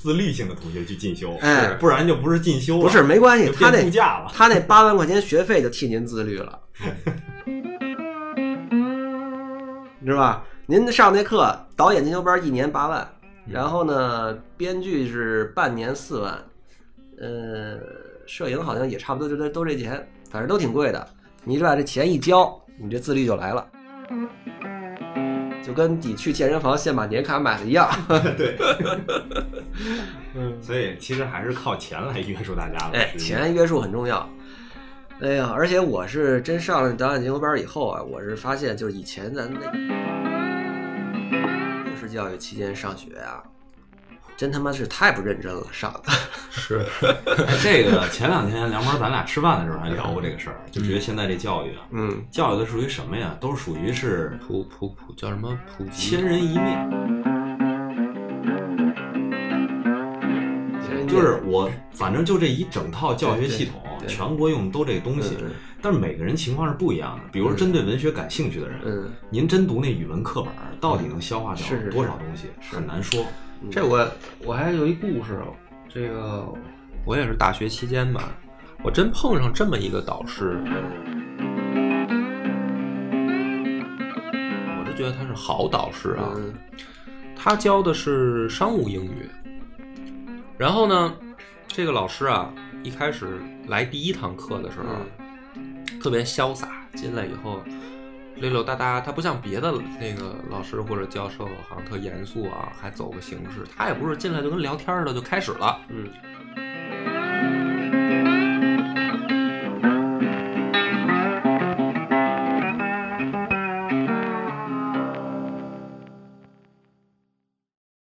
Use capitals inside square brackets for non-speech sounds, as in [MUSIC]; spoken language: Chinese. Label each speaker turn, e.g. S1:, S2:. S1: 自律性的同学去进修，
S2: 哎
S1: 是不然就不是进修了，
S2: 不是没关系，
S1: 就
S2: 他
S1: 变
S2: 那
S1: 度假
S2: [LAUGHS]
S1: 了。
S2: 他那八万块钱学费就替您自律了，是吧？您上那课，导演进修班一年八万，然后呢，编剧是半年四万，呃，摄影好像也差不多，就这都这钱，反正都挺贵的。你把这钱一交，你这自律就来了。就跟你去健身房先把年卡买了一样，
S1: 对，
S2: [LAUGHS] 嗯，
S1: 所以其实还是靠钱来约束大家的。
S2: 哎，
S1: 是
S2: 钱约束很重要。哎呀，而且我是真上了导演进修班以后啊，我是发现就是以前咱那应试教育期间上学啊，真他妈是太不认真了，上的。
S3: 是
S1: 哎这个 [LAUGHS] 前两天梁博咱俩吃饭的时候还聊过这个事儿，就觉得现在这教育啊，
S2: 嗯，
S1: 教育的属于什么呀？都属于是
S3: 普普普叫什么普及
S1: 千人一
S2: 嗯
S1: 面，
S2: 嗯
S1: 就是我反正就这一整套教学系统，
S2: 对对对
S1: 全国用都这东西
S2: 嗯嗯，
S1: 但是每个人情况是不一样的。比如说针对文学感兴趣的人，
S2: 嗯，
S1: 您真读那语文课本儿，到底能消化掉
S2: 是是是
S1: 多少东西，很难说。
S3: 这我我还有一故事，这个我也是大学期间吧，我真碰上这么一个导师，我是觉得他是好导师啊，
S2: 嗯
S3: 他教的是商务英语，然后呢，这个老师啊，一开始来第一堂课的时候，特别潇洒，进来以后溜溜达达，他不像别的那个老师或者教授，好像特严肃啊，还走个形式，他也不是进来就跟聊天似的就开始了，
S2: 嗯